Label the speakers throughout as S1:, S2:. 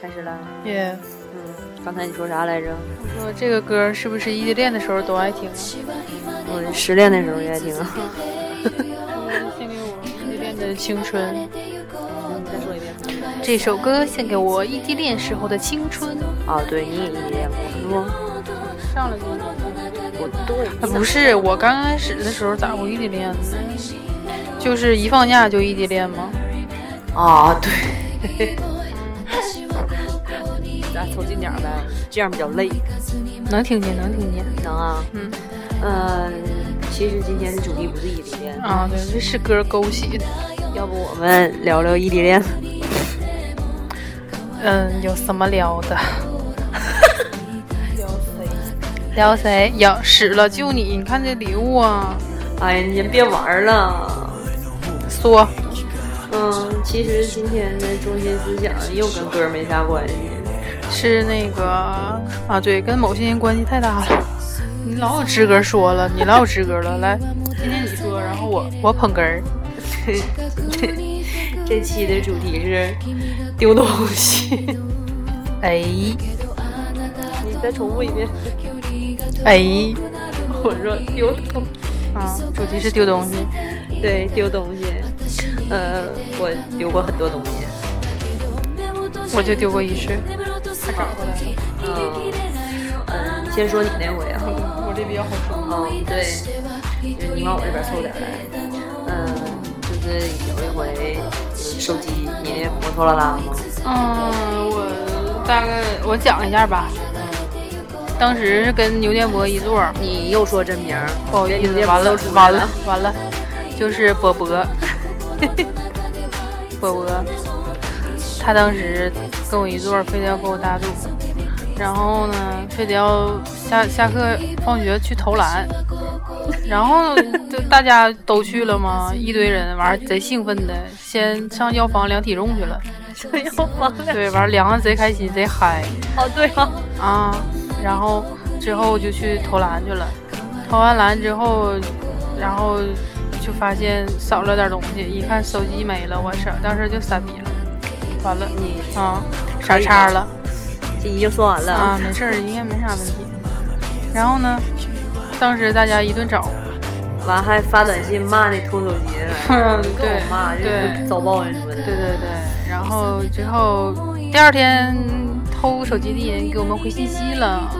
S1: 开始了。
S2: 耶、
S1: 嗯，刚才你说啥来着？
S2: 我说这个歌是不是异地恋的时候都爱听啊？
S1: 嗯，失恋的时候也听啊。
S2: 献嗯给我异地恋的青春，嗯
S1: 再说一遍。
S2: 这首歌献给我异地恋时候的青春。
S1: 哦，对，你也异地恋过是不？
S2: 上了就
S1: 我对，
S2: 不是我刚开始的时候咋会异地恋呢？就是一放假就异地恋吗？
S1: 啊，对。 咱凑近点儿呗，这样比较累。
S2: 能听见，能听见。
S1: 能啊，
S2: 嗯
S1: 呃，其实今天的主题不是异地恋，
S2: 啊，对，这是歌勾起的。
S1: 要不我们聊聊异地恋？
S2: 嗯，有什么聊 的？聊谁？聊谁？呀，死了，就你！你看这礼物啊，
S1: 哎呀，你别玩儿了。
S2: 说
S1: 嗯，其实今天的中心思想又跟歌没啥关系。
S2: 是那个啊，对，跟某些人关系太大了。你老有支格说了，你老有支格了。来，今天你说，然后我我捧哏儿。
S1: 这期的主题是丢东西。
S2: 哎
S1: 你再重复一 遍。
S2: 哎
S1: 我说丢东，
S2: 啊，主题是丢东西。
S1: 对，丢东西。呃，我丢过很多东西。
S2: 我就丢过一次，
S1: 嗯嗯，先说你那回啊。
S2: 我这比较好说。
S1: 嗯，对，就是你往我这边凑点儿来。嗯，就是有一回手机，你那摩托罗拉吗？
S2: 嗯，我大概我讲一下吧。嗯当时是跟牛电波一座儿，
S1: 你又说真名 儿，哦
S2: 不好意
S1: 别
S2: 思，
S1: 别
S2: 完
S1: 不
S2: 了
S1: 露出来
S2: 完了。完了，就是波 波，波波，他当时跟我一座儿，非得要跟我搭住，然后呢，非得要下下课放学去投篮，然后就大家都去了嘛，一堆人，完了贼兴奋的，先上药房量体重去了，
S1: 要忘了。
S2: 对，完了量的贼开心，贼嗨。
S1: 哦，对啊，
S2: 啊，然后之后就去投篮去了。投完篮之后，然后就发现少了点东西，一看手机没了，我操，当时就傻逼了，完了
S1: 你
S2: 啊，傻叉了
S1: 这已经说完了
S2: 啊，没事儿，应该没啥问题。然后呢，当时大家一顿找，
S1: 完还发短信骂那偷手机的，
S2: 嗯
S1: 跟我骂，就
S2: 对
S1: 是早报人什么的。
S2: 对对对，然后之后第二天偷手机的人给我们回信息了，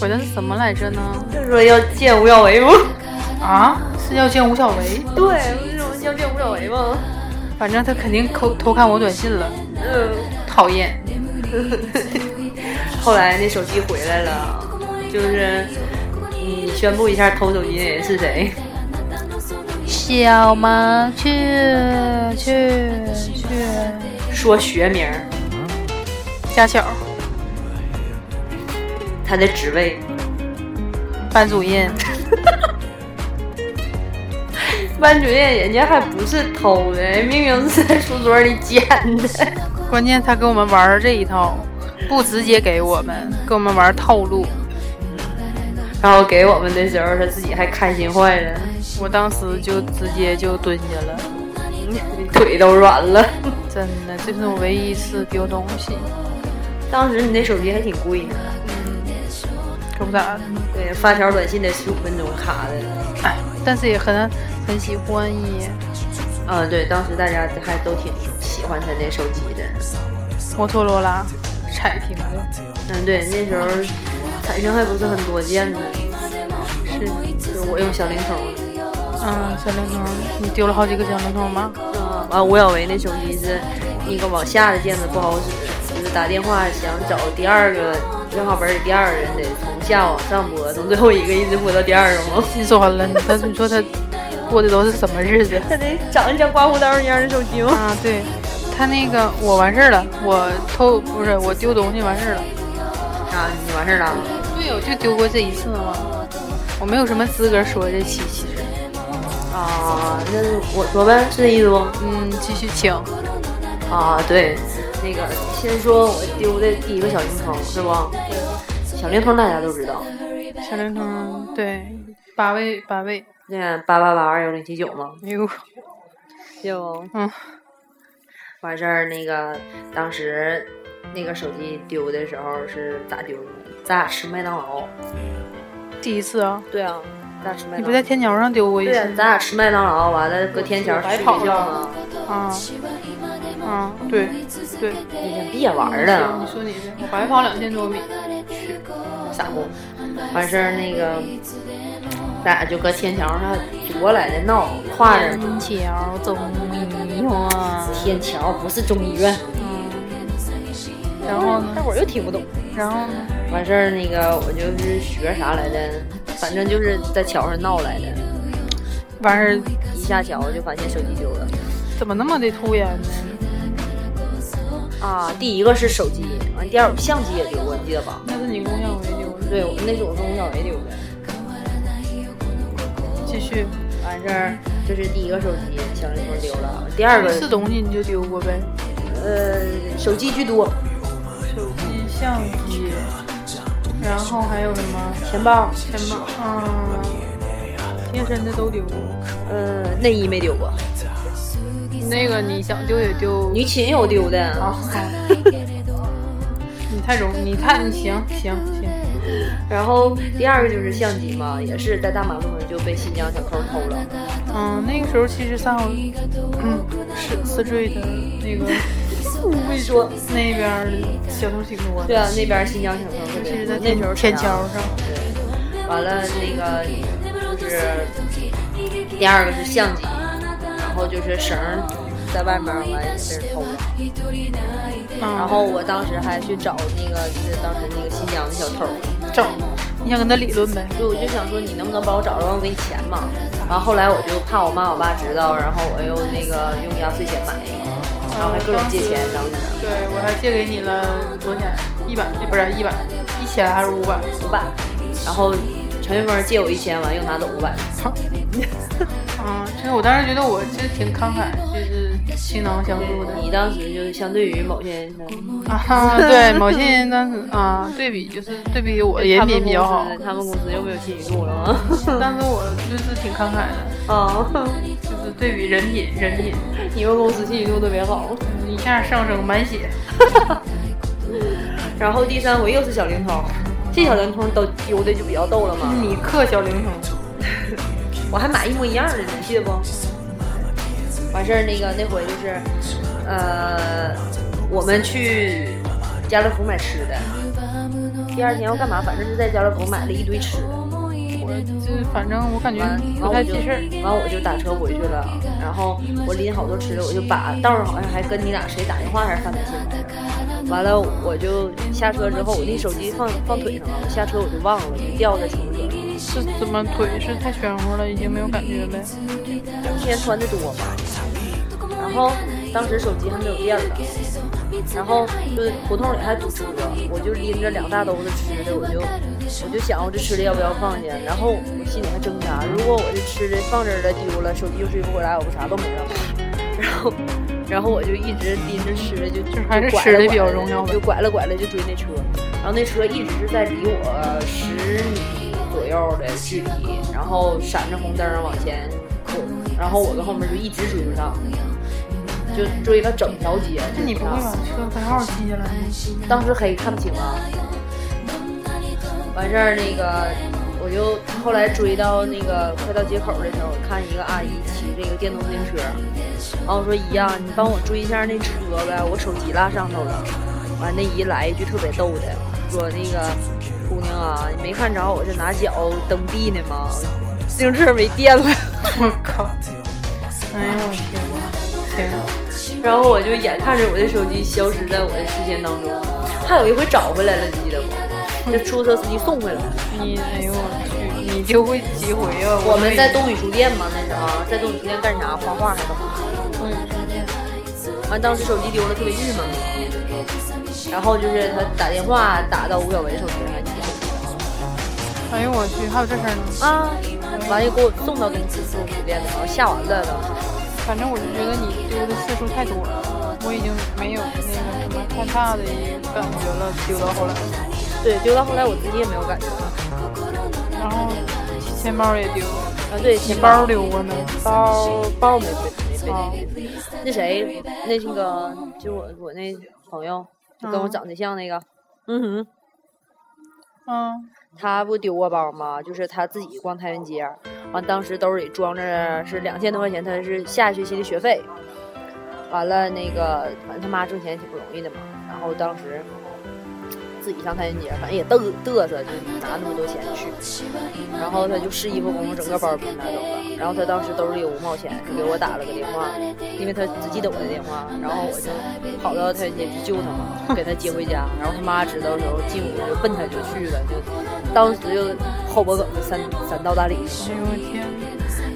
S2: 回的是什么来着呢？
S1: 就说要见吴小维吗？
S2: 啊，是要见吴小维。
S1: 嗯对，不是要见吴小维吗？
S2: 反正他肯定偷偷看我短信了，
S1: 嗯。
S2: 讨厌。
S1: 后来那手机回来了，就是你宣布一下偷手机的人是谁？
S2: 小麻雀，雀雀，
S1: 说学名儿，
S2: 家巧，
S1: 他的职位，
S2: 班主任，
S1: 班主任人家还不是偷的，明明是在书桌里捡的。
S2: 关键他跟我们玩儿这一套，不直接给我们，跟我们玩儿套路。
S1: 然后给我们的时候，他自己还开心坏了，
S2: 我当时就直接就蹲下了，
S1: 腿都软了。
S2: 真的，这是我唯一一次丢东西，
S1: 当时你那手机还挺贵呢，
S2: 可不咋的。
S1: 对，发条短信得十五分钟卡的。
S2: 哎，但是也很很喜欢耶。
S1: 嗯，对，当时大家还都挺喜欢他那手机的。
S2: 摩托罗拉，彩屏的，
S1: 嗯，对，那时候彩屏还不是很多见呢。
S2: 是，
S1: 就是我用小灵通，
S2: 嗯，小灵通，你丢了好几个小灵通吗？
S1: 嗯，完吴小维那手机是那个往下的键子不好使，就是打电话想找第二个电话本里第二个人得从下往上拨，从最后一个一直拨到第二个嘛。
S2: 心酸了，你说你说他过的都是什么日子
S1: 他得长得像刮胡刀一样的手机吗？
S2: 啊？对，他那个我完事儿了，我偷不是我丢东西完事儿了，
S1: 啊，你完事儿了。
S2: 对，我就丢过这一次嘛，我没有什么资格说这期其实，
S1: 啊，那我说呗，是这意思不？
S2: 嗯，继续请，
S1: 啊，对，那个先说我丢的第一个小灵通是不？小灵通大家都知道，
S2: 小灵通，对，八位八位，
S1: 那八八八二幺零七九嘛，
S2: 哎呦，
S1: 有。
S2: 嗯，
S1: 完事儿那个当时那个手机丢的时候是咋丢的？咱俩吃麦当劳。
S2: 第一次啊，
S1: 对啊，咱俩吃麦
S2: 你
S1: 当
S2: 不
S1: 劳。
S2: 在天桥上丢过一
S1: 对呀
S2: 次，
S1: 咱俩吃麦当劳，完了搁天桥睡觉呢。
S2: 啊？啊，对对，
S1: 你先别玩了
S2: 你，说你的，我白跑两千多米，
S1: 傻乎。完事儿那个，咱俩就搁天桥上躲来的闹，挎着
S2: 天桥走迷啊哇。
S1: 天桥不是中医院。
S2: 嗯，然后呢？
S1: 大伙儿又听不懂。
S2: 然后呢？
S1: 完事儿那个我就是学啥来的，反正就是在桥上闹来的。
S2: 完事儿
S1: 一下桥就发现手机丢了
S2: 怎么那么的突然呢？
S1: 啊！第一个是手机，完第二我相机也丢了，你记得吧？
S2: 那是你共享维丢的。
S1: 对，我那是我从小没丢的。
S2: 继续，
S1: 完事儿这是第一个手机，小灵通丢了。第二个
S2: 是东西你就丢过呗，
S1: 呃，手机居多，
S2: 手机、相机，然后还有什么？
S1: 钱包，
S2: 钱包，嗯，贴身的都丢过。
S1: 呃，内衣没丢过，
S2: 那个你想丢也丢。
S1: 女寝有丢的。
S2: 啊，你太容，你太你行行行，
S1: 然后第二个就是相机嘛，也是在大马路上就被新疆小偷偷了。
S2: 嗯，那个时候其实上，嗯，是四坠的 那个
S1: 我跟你说，
S2: 那边儿的小偷挺多的，
S1: 对啊，那边新疆小偷特别
S2: 其实在
S1: 多，那时候
S2: 天天
S1: 挺啊
S2: 桥上，
S1: 对，完了那个就是第二个是相机，然后就是绳儿在外面完也被人偷了，
S2: 嗯，
S1: 然后我当时还去找那个就是当时那个新疆的小偷，
S2: 找，你想跟他理论呗，
S1: 所以我就想说你能不能帮我找着，完我给你钱嘛。完后来我就怕我妈我爸知道，然后我又那个用压岁钱买一个，然后还各种借钱当时
S2: 嗯对我还借给你了多少钱？一百，不是一百，一千还是五百？
S1: 五百，然后陈玉峰借我一千，完又拿走五百。
S2: 嗯，其实我当时觉得我这挺慷慨，就是倾囊相 助的。
S1: 你当时就是相对于某些人呢，
S2: 啊，对，某些人当时啊，对比就是对比 我人品比较好，
S1: 他们公司又没有信誉度了吗？
S2: 当时我就是挺慷慨的，
S1: 啊，
S2: 就是对比人品人品，
S1: 你们公司信誉度特别好。
S2: 一下上升满血。
S1: 然后第三回又是小灵通，这小灵通都丢的就比较逗了嘛。
S2: 你克小灵通，
S1: 我还买一模一样的呢，你记得不？完事儿那个那回就是，呃，我们去家乐福买吃的，第二天要干嘛？反正就在家乐福买了一堆吃的。
S2: 我呃就是反正我感觉
S1: 完，
S2: 不
S1: 完
S2: 太
S1: 我
S2: 记
S1: 就
S2: 事儿。
S1: 完我就打车回去了。然后我拎好多吃的，我就把道上好像还跟你俩谁打电话还是发短信来着。完了，我就下车之后，我那手机放放腿上了，我下车我就忘了，就掉在车里了。
S2: 是怎么腿是太暄乎了，已经没有感觉呗？
S1: 冬天穿的多嘛，然后当时手机还没有电了，然后就是胡同里还堵车，我就拎着两大兜子吃的，我就我就想我这吃的要不要放下，然后我心里还挣扎，如果我这吃的放这儿了丢了，手机又追不回来，我不啥都没了吗？然后然后我就一直拎着吃的就
S2: 就
S1: 就
S2: 还是
S1: 拐了
S2: 吃的比
S1: 拐
S2: 较
S1: 了
S2: 重要呗
S1: 就拐了拐了就追那车，然后那车一直是在离我呃十米左右的距离，然后闪着红灯儿往前走，然后我跟后面就一直追不上，就追了整条街。
S2: 那你不会把车牌号记下来吗？
S1: 当时黑看不清啊。完事儿那个，我就后来追到那个快到街口的时候，看一个阿姨骑这个电动自行车，完我说姨呀、你帮我追一下那车呗，我手机落上头了。完那姨来一句特别逗的，说那个姑娘啊，你没看着我这拿脚蹬地呢吗？自行车没电了。
S2: 我靠！哎呀，我天！天啊！
S1: 然后我就眼看着我的手机消失在我的视线当中，还有一回找回来了，你记得不？这出租车司机送回来了。
S2: 你哎呦我去，你就会几回啊？
S1: 我们在东宇书店嘛，那时候啊在东宇书店干啥？画画还干嘛？
S2: 东
S1: 完，当时手机丢了，特别郁闷。然后就是他打电话打到吴小文手机上，你记得
S2: 哎呦我去，还有这事儿呢。
S1: 吗啊，完了又给我送到东四四五书店了，我吓完了当时。
S2: 反正我就觉得你丢的次数太多了，我已经没有那个什么太大的一个感觉了。丢到后来，
S1: 对，丢到后来我自己也没有感觉了。
S2: 然后钱包也丢，
S1: 啊，对，
S2: 你
S1: 钱
S2: 包丢过没？
S1: 包包没丢，没丢对对对，那谁，那那个就我我那朋友，就跟我
S2: 嗯
S1: 长得像那个，嗯哼，
S2: 嗯，
S1: 他不丢过包吗？就是他自己逛太原街，完当时兜里装着是两千多块钱，他是下学期的学费。完了那个，反正他妈挣钱挺不容易的嘛，然后当时自己上太原街，反正也嘚嘚瑟，就拿那么多钱去。然后他就试衣服功夫，整个包给拿走了。然后他当时兜里有五毛钱，就给我打了个电话，因为他只记得我的电话。然后我就跑到他家去救他嘛，给他接回家。然后他妈知道的时候，进屋就奔他就去了，就当时就后脖梗子三三道大理。
S2: 哎呦我天，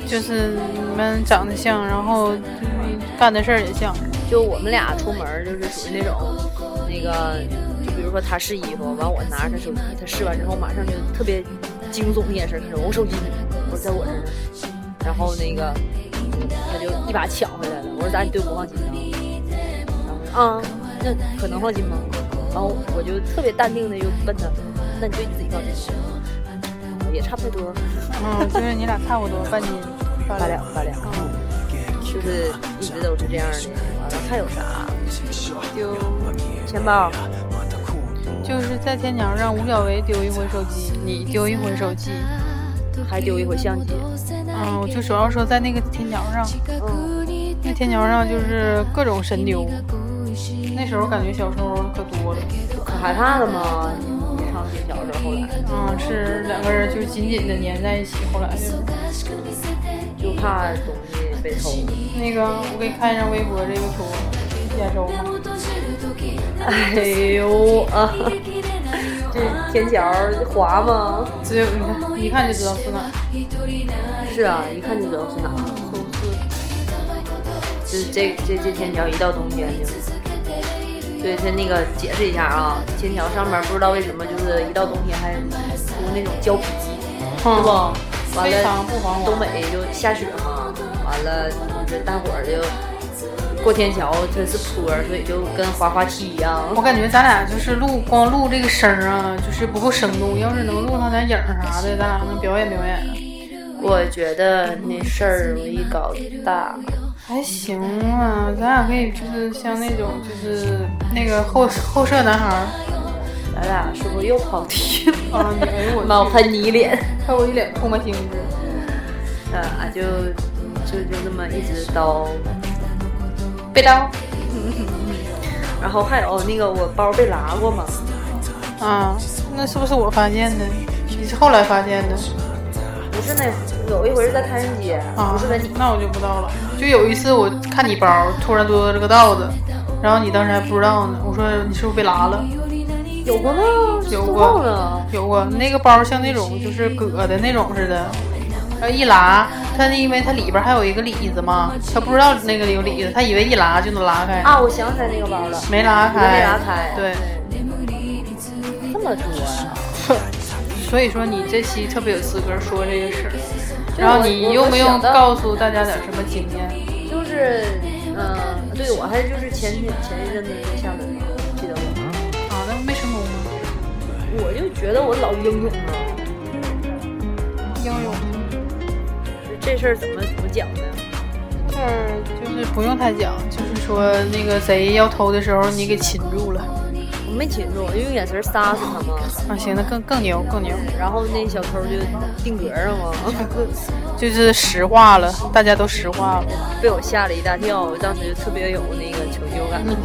S2: 就是你们长得像，然后嗯干的事儿也像，
S1: 就我们俩出门儿就是属于那种，那个就比如说他试衣服，完我拿着他手机，他试完之后马上就特别惊悚的眼神看着我，我手机呢我说在我这儿呢，然后那个他就一把抢回来了，我说咱对我不放心啊，然后啊，那可能放心吗？然后我就特别淡定的就问他，那你对你自己放心吗？也差不多，
S2: 嗯，就是你俩差不多半斤八
S1: 八
S2: 两
S1: 两，八两，就是一直都是这样的。完了还有啥？
S2: 丢，
S1: 钱包。
S2: 就是在天桥上吴小维丢一回手机，你丢一回手机，
S1: 还丢一回相机。
S2: 嗯，我就主要说在那个天桥上，
S1: 嗯，
S2: 那天桥上就是各种神丢，那时候感觉小偷可多了。
S1: 可害怕了吗？上学小时候，后来
S2: 嗯，是两个人就紧紧的粘在一起。后来就是
S1: 就怕东西被偷。
S2: 那个，我给你看一张微博这个图，验收吗？
S1: 哎呦啊！ 这天桥滑吗？
S2: 只有你看，一看就知道是哪儿。
S1: 是啊，一看就知道是哪。
S2: 都是
S1: 就是这这这天桥一到冬天就。对他那个解释一下啊，天桥上面不知道为什么就是一到冬天还出那种胶皮机，是不？
S2: 嗯，
S1: 完
S2: 非常
S1: 了
S2: 不防滑。
S1: 东北就下雪嘛，完了就是大伙儿就过天桥，它是坡儿，所以就跟滑滑梯一样。
S2: 我感觉咱俩就是录光录这个声儿啊，就是不够生动。要是能录上点影儿啥的，咱俩能表演表演。
S1: 我觉得那事儿容易搞大。
S2: 还哎行啊，咱俩可以就是像那种就是那个后后舍男孩儿
S1: 咱俩是不是又跑题了？
S2: 啊，你哎呦 我去
S1: 妈，我喷你一脸。
S2: 看我一脸唾沫星子。
S1: 呃、 啊，就就就那么一直叨。
S2: 被刀。
S1: 然后还有那个我包被拉过吗？
S2: 啊，那是不是我发现的？你是后来发现的
S1: 不是那有一回是在开人街，
S2: 啊
S1: 不是问你？，
S2: 那我就不知道了。就有一次我看你包突然多了个道子，然后你当时还不知道呢。我说你是不是被拉了？
S1: 有过吗？
S2: 有
S1: 都
S2: 过
S1: 忘了。，
S2: 有过。那个包像那种就是搁的那种似的，然后一拉，它因为它里边还有一个里子嘛，他不知道那个有里子，他以为一拉就能拉开，
S1: 啊，我想起来那个包了，
S2: 没拉开，
S1: 没拉开
S2: 对，
S1: 这么多啊呀、
S2: 所以说你这期特别有资格说这个事儿，
S1: 就是
S2: 然后
S1: 我
S2: 你
S1: 我
S2: 用
S1: 我
S2: 没有
S1: 想到
S2: 告诉大家点什么经验？
S1: 就是，嗯、对我还就是前天前一阵子在厦门嘛，记得吗？
S2: 啊，那没成功吗？
S1: 我就觉得我老英勇了。
S2: 应用
S1: 这事儿怎么怎么讲呢？
S2: 这儿就是不用太讲，就是说那个贼要偷的时候你给擒住了，
S1: 我没擒住，我就用眼神杀死他嘛。
S2: 啊，行，那更更牛更牛，
S1: 然后那小偷就定格上嘛，
S2: 就是实话了，大家都实话了。
S1: 被我吓了一大跳，我当时就特别有那个求救感。
S2: 你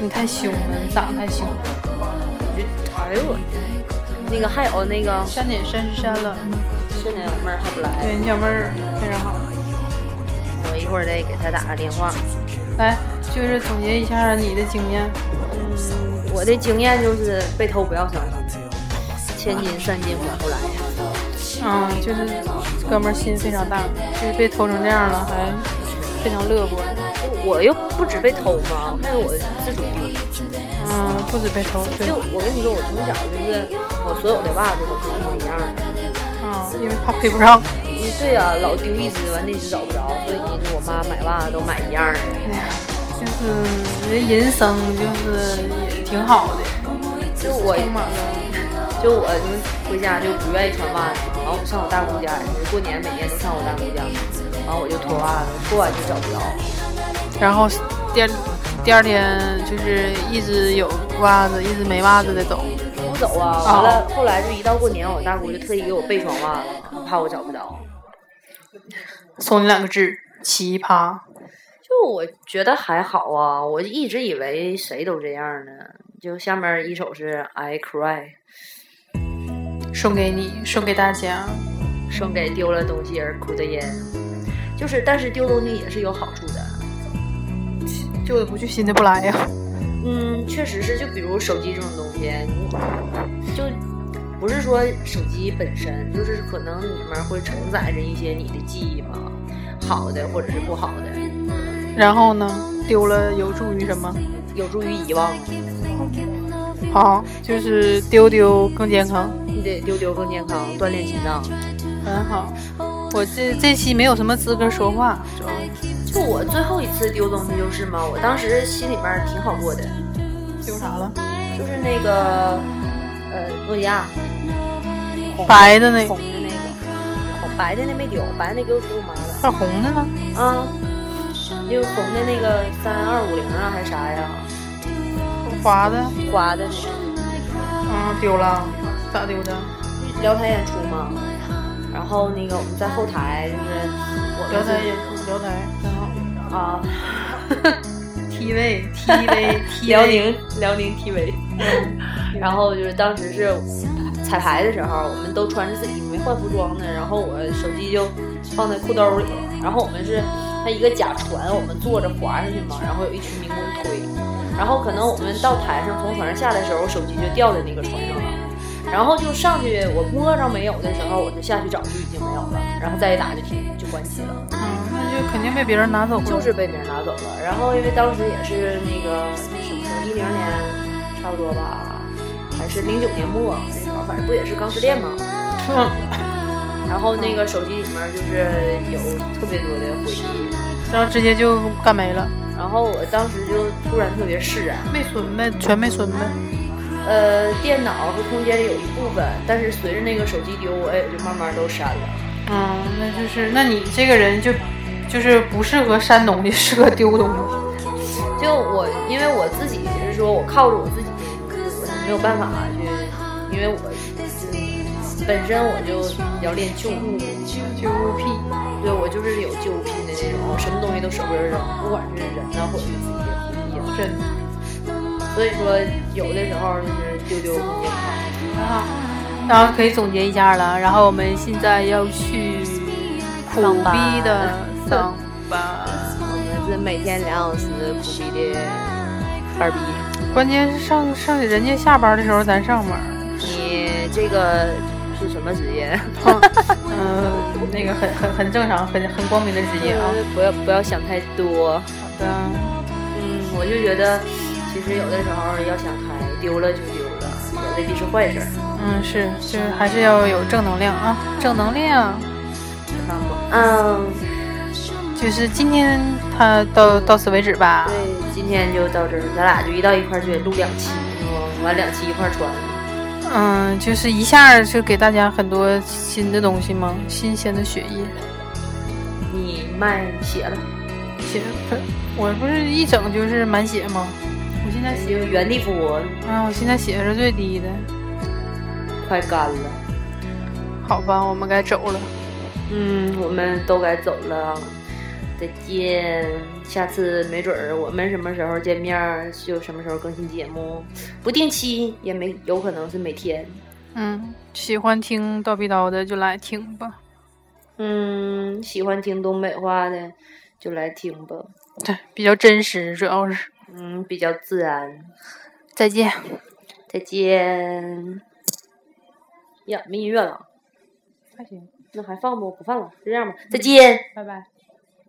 S2: 你太凶了，你长得太凶了，
S1: 就哎呦我，那个还有那个
S2: 山点山是山了，
S1: 是那老妹儿还不来，
S2: 对你小妹儿非常好。
S1: 我一会儿得给她打个电话。
S2: 来，哎就是总结一下你的经验，
S1: 嗯，我的经验就是被偷不要伤心，千金散尽还不来。
S2: 嗯，就是哥们儿心非常大，就是被偷成这样了还非常乐观。
S1: 我又不止被偷嘛，还有我自主嘛。
S2: 嗯，不止被偷，对
S1: 就，我跟你说，我从小就是我所有的袜子都是一模一样的。
S2: 嗯，因为怕配不上。
S1: 你对啊，老丢一只，完那只找不着，所以我妈买袜子都买一样的。
S2: 哎呀，就是人人生就是也挺好的，
S1: 就我，
S2: 充满了。
S1: 就我就回家就不愿意穿袜子嘛，然后我上我大姑家，也是过年每年都上我大姑家，然后我就脱袜子，脱完就找不着，
S2: 然后第二第二天就是一直有袜子，一直没袜子的走。
S1: 不走啊，完了、后来就一到过年，我大姑就特意给我备双袜子，怕我找不着。
S2: 送你两个字，奇葩。
S1: 就我觉得还好啊，我一直以为谁都这样呢。就下面一首是 I Cry，
S2: 送给你，送给大家。
S1: 送给丢了东西而哭的人，就是但是丢东西也是有好处的。
S2: 旧的不去，新的不来呀。
S1: 嗯，确实是，就比如手机这种东西，你就不是说手机本身，就是可能里面会承载着一些你的记忆嘛，好的或者是不好的，
S2: 然后呢，丢了有助于什么？
S1: 有助于遗忘。
S2: 好，就是丢丢更健康，
S1: 你得丢丢更健康，锻炼心脏。
S2: 很好。我这这期没有什么资格说话，主要
S1: 就我最后一次丢东西就是嘛，我当时心里面挺好过的，
S2: 丢啥了？
S1: 就是那个呃诺基亚
S2: 白的那
S1: 红的那个，红白的那没丢，白的那给我给我妈了。
S2: 那红的呢？
S1: 啊，就是红的那个三二五零啊，还是啥呀？
S2: 滑的，
S1: 花的那
S2: 嗯，丢了，咋丢的？
S1: 个聊台演出嘛。然后那个我们在后台就是我
S2: 聊
S1: 们
S2: 台演出，聊台，很好。
S1: 啊，
S2: T V T V 嗯 T
S1: 辽宁辽宁 TV，然后就是当时是彩排的时候，我们都穿着自己没换服装呢，然后我手机就放在裤兜里，然后我们是它一个假船，我们坐着滑下去嘛，然后有一群民工推，然后可能我们到台上从船上下来的时候，我手机就掉在那个船上了。然后就上去，我摸着没有的时候，我就下去找，就已经没有了。然后再一打就停，就关机了。
S2: 嗯，那就肯定被别人拿走了。
S1: 就是被别人拿走了。然后因为当时也是那个什么时候，一零年差不多吧，还是零九年末那时候，反正不也是刚失恋嘛。 然后那个手机里面就是有特别多的回忆，
S2: 然后直接就干没了，
S1: 然后我当时就突然特别释然。
S2: 没损呗，全没损呗。
S1: 呃，电脑和空间里有一部分，但是随着那个手机丢，我也就慢慢都删了。
S2: 嗯，那就是，那你这个人就就是不适合删东西，适合丢东西。
S1: 就我，因为我自己是说，我靠着我自己，我没有办法去，因为我就是本身我就比较练旧物，
S2: 就屁，
S1: 对我就是有旧物癖的那种，什么东西都舍不得扔，不管是人呐，或者是自己的回忆啊。
S2: 真的。
S1: 所以说，有的时候就是丢丢不健康。
S2: 啊，然后可以总结一下了。然后我们现在要去苦逼的上班，
S1: 我们是每天两小时苦逼的二逼。
S2: 关键是上上人家下班的时候咱上班。
S1: 你这个是什么职业？啊
S2: 嗯、那个很很很正常，很很光明的职业啊。
S1: 不要不要想太多。
S2: 好的，
S1: 嗯，我就觉得，其实有的时候要想开，丢了就丢了，也未必是坏事儿。
S2: 嗯，是，就是还是要有正能量啊，正能量。
S1: 看吧。嗯，
S2: 就是今天他到到此为止吧。
S1: 对，今天就到这儿，咱俩就一到一块儿去录两期，完两期一块儿传。
S2: 嗯，就是一下就给大家很多新的东西嘛，新鲜的血液。
S1: 你卖血了，
S2: 血，我不是一整就是满血吗？我现在
S1: 你
S2: 血，
S1: 就原地复活，
S2: 啊，我现在血是最低的。
S1: 快干了。
S2: 好吧，我们该走了，
S1: 嗯，我们都该走了，再见。下次没准儿我们什么时候见面儿就什么时候更新节目，不定期也没有可能是每天。
S2: 嗯，喜欢听叨逼叨的就来听吧，
S1: 嗯，喜欢听东北话的就来听吧。
S2: 对，比较真实，主要是。
S1: 嗯，比较自然。
S2: 再见，
S1: 再见。呀，没音乐了，
S2: 还行，
S1: 那还放不？不放了，就这样吧。再见。
S2: 拜拜。